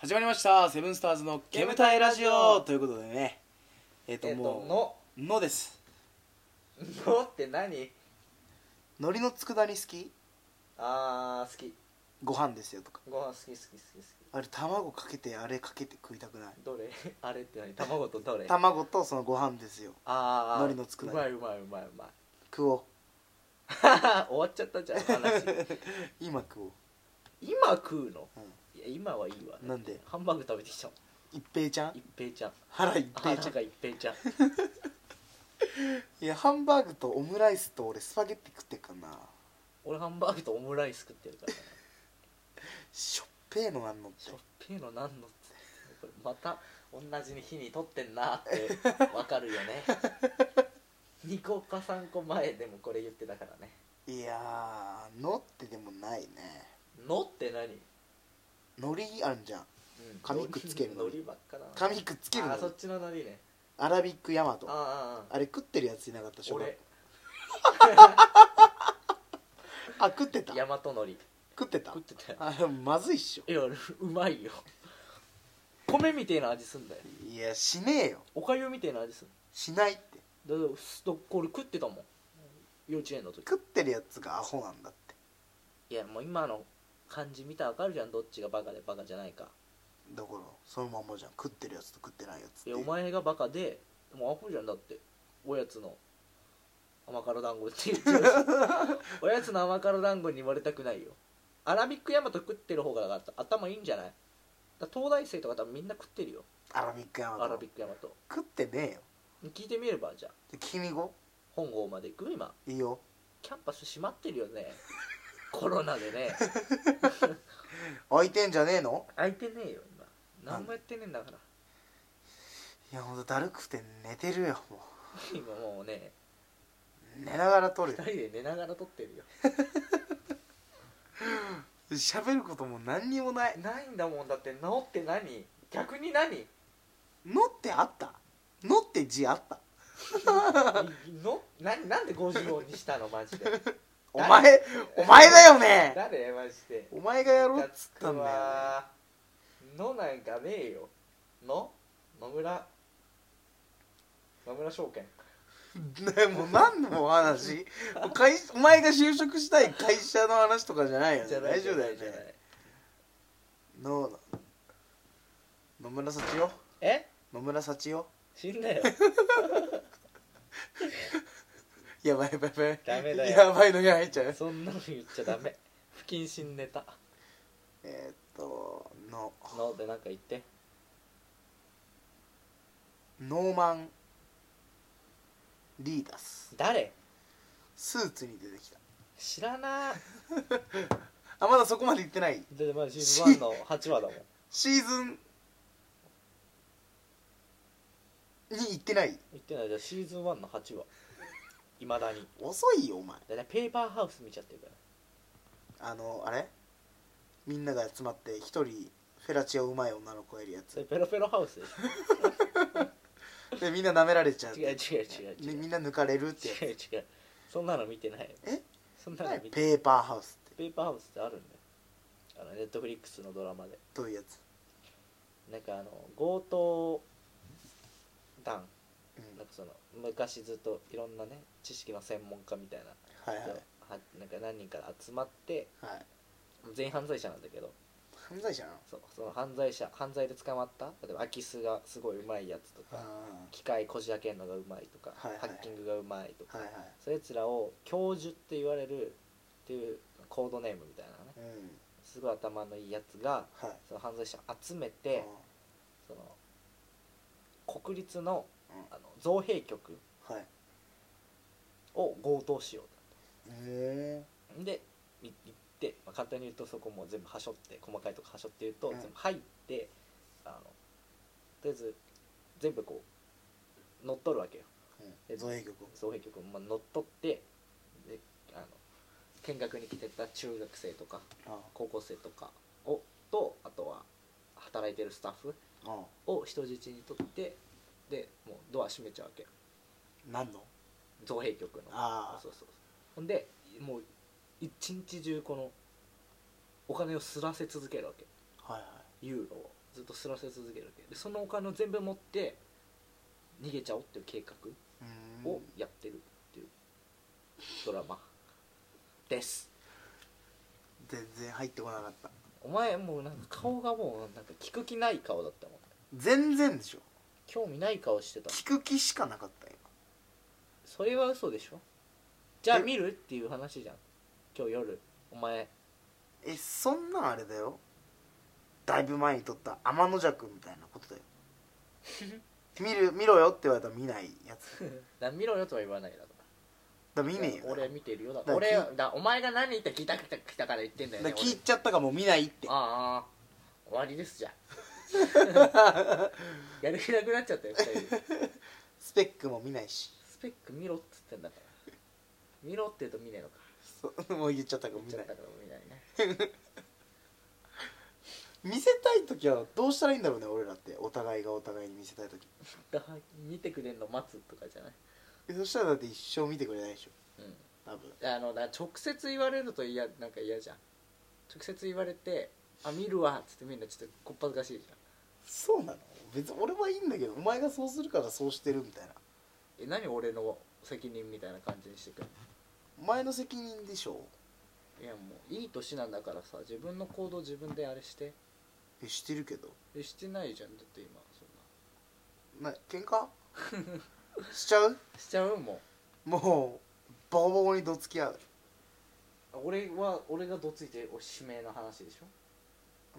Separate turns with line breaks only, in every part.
始まりましたセブンスターズのゲムタイラジオということでねえっ、
え
と
っと
も
の
う「の」です
のって何
「海苔の佃煮好き
あー好き
ご飯ですよ」とか
ご飯好き好き好き
あれ卵かけてあれかけて食いたくない
好きどれ あれって何卵とどれあ
卵とそのご飯ですよ
あー
海苔の佃煮
うまいうまいうまいうまい
食おう
終わっちゃったじゃん話
今食おう
今食うの、
う
いや今はいいわ
なんで
ハンバーグ食べてきたもん
一平ちゃん
一平ちゃん
腹一
あ
平
な
ちゃ
ん
ん
か一平ちゃん
いやハンバーグとオムライスと俺スパゲッティ食ってっかな
俺ハンバーグとオムライス食ってるからな
しょっぺーのあんのっ
してょっぺーのなんのってこれまた同じ日に撮ってんなってわかる よね2個か3個前でもこれ言ってたからね
いやー「の」ってでもないね
「の」って何
海苔あんじゃん
うん
紙くっつけるの
のりばっかだな
紙くっつける
あーそ
の
っちののりね
アラビックヤマト
あーあーあ
あれ食ってるやついなかった
ー
小学校
俺
あ食ってた
大和のり
食ってた
食ってたよ
あれまずいっしょ
いやうまいよ米みてえな味すんだよ
いやしねえよ
おかゆみてえな味すん
しないって
だからすとこれ食ってたもん幼稚園の時
食ってるやつがアホなんだって
いやもう今の感じ見たらわかるじゃんどっちがバカでバカじゃないか
だからそのまんまじゃん食ってるやつと食ってないやつっ
い
て
やお前がバカでもうアホじゃんだっておやつの甘辛団子って言っちゃう しおやつの甘辛団子に言われたくないよアラビックヤマト食ってる方がだから頭いいんじゃないだから東大生とか多分みんな食ってるよ
アラビックヤマト
アラビックヤマト
食ってねえよ
聞いてみればじゃあ
で君語
本郷まで行く今
いいよ
キャンパス閉まってるよ ねコロナでね
開いてんじゃねえの
開いてねえよ今何もやってねえんだから
いやほんとだるくて寝てるよも
今もうね
う寝ながら撮る
2
よ
人で寝ながら撮ってるよ
喋ることも何にもない
ないんだもんだって治って何逆に何
のってあったのって字あった
のななんで50音にしたのマジで
お前お前だよね
誰マジで
お前がやろうっつったんだよ、
ム
ね
カつく、わのなんかねえよの野村野村証券
ねもう何のお話お会お前が就職したい会社の話とかじゃないよね
じゃない
大丈夫だよ
じゃないじゃ
ね
ない
の野村幸よ
え
野村幸よ
死んだよ
やばいやばいやばい
ダメだよ
やばいのに入っちゃう
そんなの言っちゃダメ不謹慎ネタ
えー、っとの
のでなんか言って
ノーマンリーダス
誰
スーツに出てきた
知らない
あまだそこまで行ってない
だってまだシーズン1の8話だもん
シーズンに行ってない
言ってないじゃあシーズン1の8話いまだに
遅いよお前
だってペーパーハウス見ちゃってるから
あのあれみんなが集まって一人フェラチオうまい女の子がいるや
そ
つ
れペロペロハウスでしょ
でみんな舐められちゃう
違う違う違う
み
違う
みんな抜かれるってや
違う違うそんなの見てない
え
そんなの
つ
見て
ペーパーハウスって
ペーパーハウスってあるんだよあのネットフリックスのドラマで
どういうやつ、
なんかあの強盗団
うん
なんかその昔ずっといろんなね知識の専門家みたいな
はいはい
人はなんか何人から集まって
はい
全員犯罪者なんだけど
犯罪者なの
そうその犯罪者犯罪で捕まった例えば空き巣がすごいうまいやつとか
あ
機械こじ開けるのがうまいとか、
はいはい
ハッキングがうまいとか
ーはいはい
そいつらを教授って言われるっていうコードネームみたいなね
うん
すごい頭のいいやつが
はい
その犯罪者を集めてその国立の
うん
あの造幣局
うんはい
を強盗しよ
へ
うでい行って、まあ、簡単に言うとそこも全部はしょって細かいとこはしょって言うと
うん
全部入ってあのとりあえず全部こう乗っ取るわけよ
え造影局
造幣局をまあ乗っ取ってであの見学に来てた中学生とか
あー
高校生とかをとあとは働いてるスタッフ
あー
を人質に取ってでもうドア閉めちゃうわけ
何の
造幣局の
あ
そうそうそうほんでもう一日中このお金をすらせ続けるわけ
あはいはい
ユーロをずっと吸らせ続けるわけでそのお金を全部持って逃げちゃおうっていう計画
う
を
ん
やってるっていうドラマです
全然入ってこなかった
お前もうなんか顔がもうなんか聞く気ない顔だったもん
全然でしょ
興味ない顔してた
聞く気しかなかったよ
それは嘘でしょじゃあ
え
見るっていう話じゃん今日夜お前
えそんなんあれだよだいぶ前に撮った天の邪鬼みたいなことだよ 見る見ろよって言われたら見ないやつ
な見ろよとは言わないだから
だから見ねえよ
俺は見てるよだ
だ
俺
から
はだお前が何言ったら聞いた来た来たから言ってんだよ
だ
ね
から
俺
聞いちゃったかもう見ないって
ああ終わりですじゃん やる気なくなっちゃったよ2人
スペックも見ないし
スペック見ろっつってんだから見ろって言うと見ねえのか
そうもう言っちゃったか
言
も
っ
見
ちゃ
な
っ
い
たから見ないね
見せたい時はどうしたらいいんだろうね俺らってお互いがお互いに見せたい時
だ見てくれんの待つとかじゃない
えそしたらだって一生見てくれないでしょ
うん
多分
あのな直接言われると嫌なんか嫌じゃん直接言われて「あ見るわ」っつってみんなちょっとこっぱずかしいじゃん
そうなの別に俺はいいんだけどお前がそうするからそうしてるみたいな
え何俺の責任みたいな感じにしてくる
お前の責任でしょ
いやもういい年なんだからさ自分の行動自分であれして
えしてるけど
えしてないじゃんだって今そんな
な喧嘩 しちゃう
しちゃうもん
もうボコボコにどつき合う
俺は俺がどついておしめの話でしょ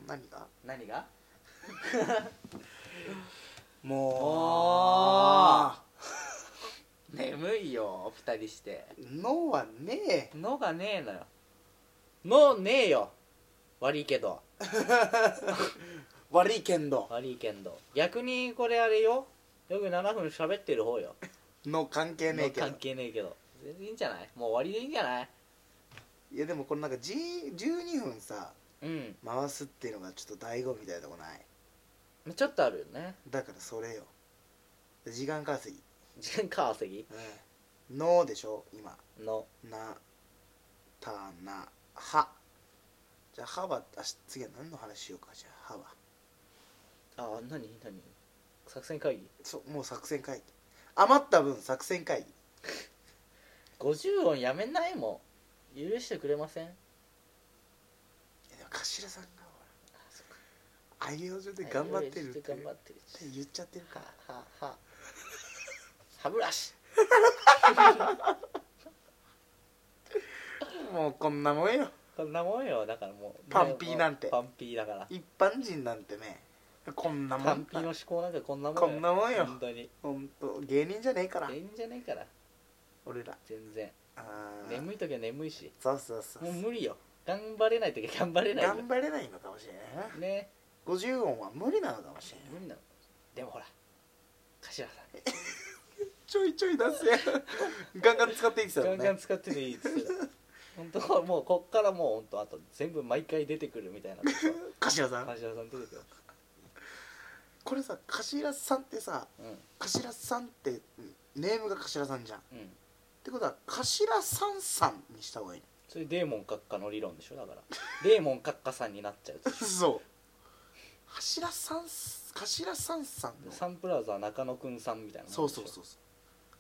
何が
何が
も
眠いよ二人して
う脳はねえ
のがねえのよのねえよ悪いけど
悪いけんど
悪いけど逆にこれあれよよく7分喋ってる方よ
の関係ねえけど
関係ねえけど全然いいんじゃないもう終わりでいいんじゃない
いやでもこのなんかじ12分さ
うん
回すっていうのがちょっと醍醐味みたいなとこない
ちょっとあるよね
だからそれよ時間稼ぎ
時間稼ぎ
うんのでしょ今
の
なたなはじゃあ歯はあし次は何の話しようかじゃあ歯は
ああ何何作戦会議
そうもう作戦会議余った分作戦会議
50音やめないもん許してくれません
いやでも頭さんがほ
あそっから
愛用上で頑張ってるって
頑張ってる
言っちゃってるか
ははは歯ブラシ
もうこんなもんよ
こんなもんよだからもう
パンピーなんて
パンピーだから
一般人なんてねこんなも
パン
ん
ピーの思考なんかこんなもん
こんなもんよ
本当に
本当芸人じゃねえから
いいんじゃないから
俺ら
全然
あー
眠い時は眠いし
そうそうそう
もう無理よ頑張れない時は頑張れないよ
頑張れないのかもしれないな
ね
50音は無理なのかもしれない
無理なのでもほら頭さん
ちょいちょい 出せガンガン使っていきそうだ
ガ
ね
ンガン使ってていいっ つってた本当はもうこっからもう本当あと全部毎回出てくるみたい なことさ
頭さん
頭さん出てくる
これさ頭さんってさ
うん
頭さんってネームが頭さんじゃんっ
うん
てことは頭さんさんにした方がいい
それデーモン閣下の理論でしょだからデーモン閣下さんになっちゃうでし ょ
そう頭さん頭さんさんの
サンプラザ中野くんさんみたいな
そうそうそうそう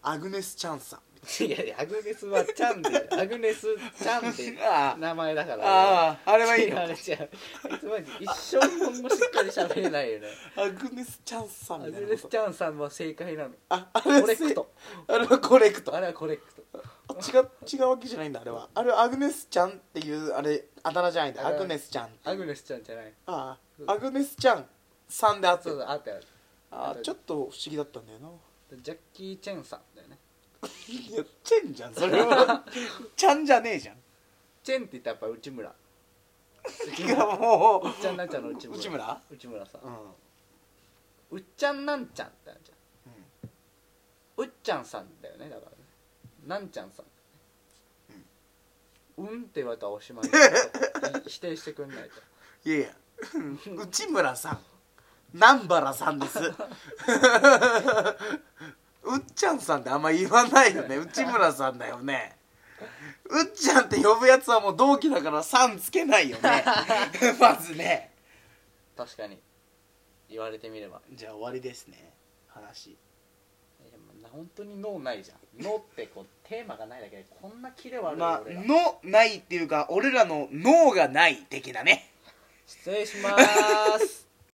アグネス・チャンさん
ういやいやアグネスはちゃんでアグネスちゃんで
あ
名前だから
ああれ
ああれ違うあいつマジ一生日本語しっかり喋れないよね
アグネス・チャンさ
ア
んみたい
グ
な
ネ
こ
ス
と
ちゃんさんは正解なの
ああれ
コレクト
あれはコレクト
あれはコレクト
違う違うわけじゃないんだあれはあれはアグネスちゃんっていうあれあだ名じゃないんだ
あ
ア
れ
グネスちゃんっていう
アグネスちゃんじゃない
ああアグネスちゃんさんであって
そうそうあったよ
ああちょっと不思議だったんだよな
ジャッキー・チェンさんだよね
いやチェンじゃんそれはちゃんじゃねえじゃん
チェンって言ったらやっぱ内村
いやもう
うっちゃんなんちゃんの内村
内村
内村さん
うん、
うっちゃんなんちゃんってあるじゃんうっちゃんさんだよねだからねなんちゃんさん、うん、って言われたらおしまい否定してくんないと
いやいや内村さん南原さんですうっちゃんさんってあんま言わないよね内村さんだよねうっちゃんって呼ぶやつはもう 同期だから「さん」つけないよねまずね
確かに言われてみれば
じゃあ終わりですね話
いやまあ本当に脳ないじゃん脳ってこうテーマがないだけでこんなキレ悪いよ
まあ
俺ら
のないっていうか俺らの脳がない的なね
失礼します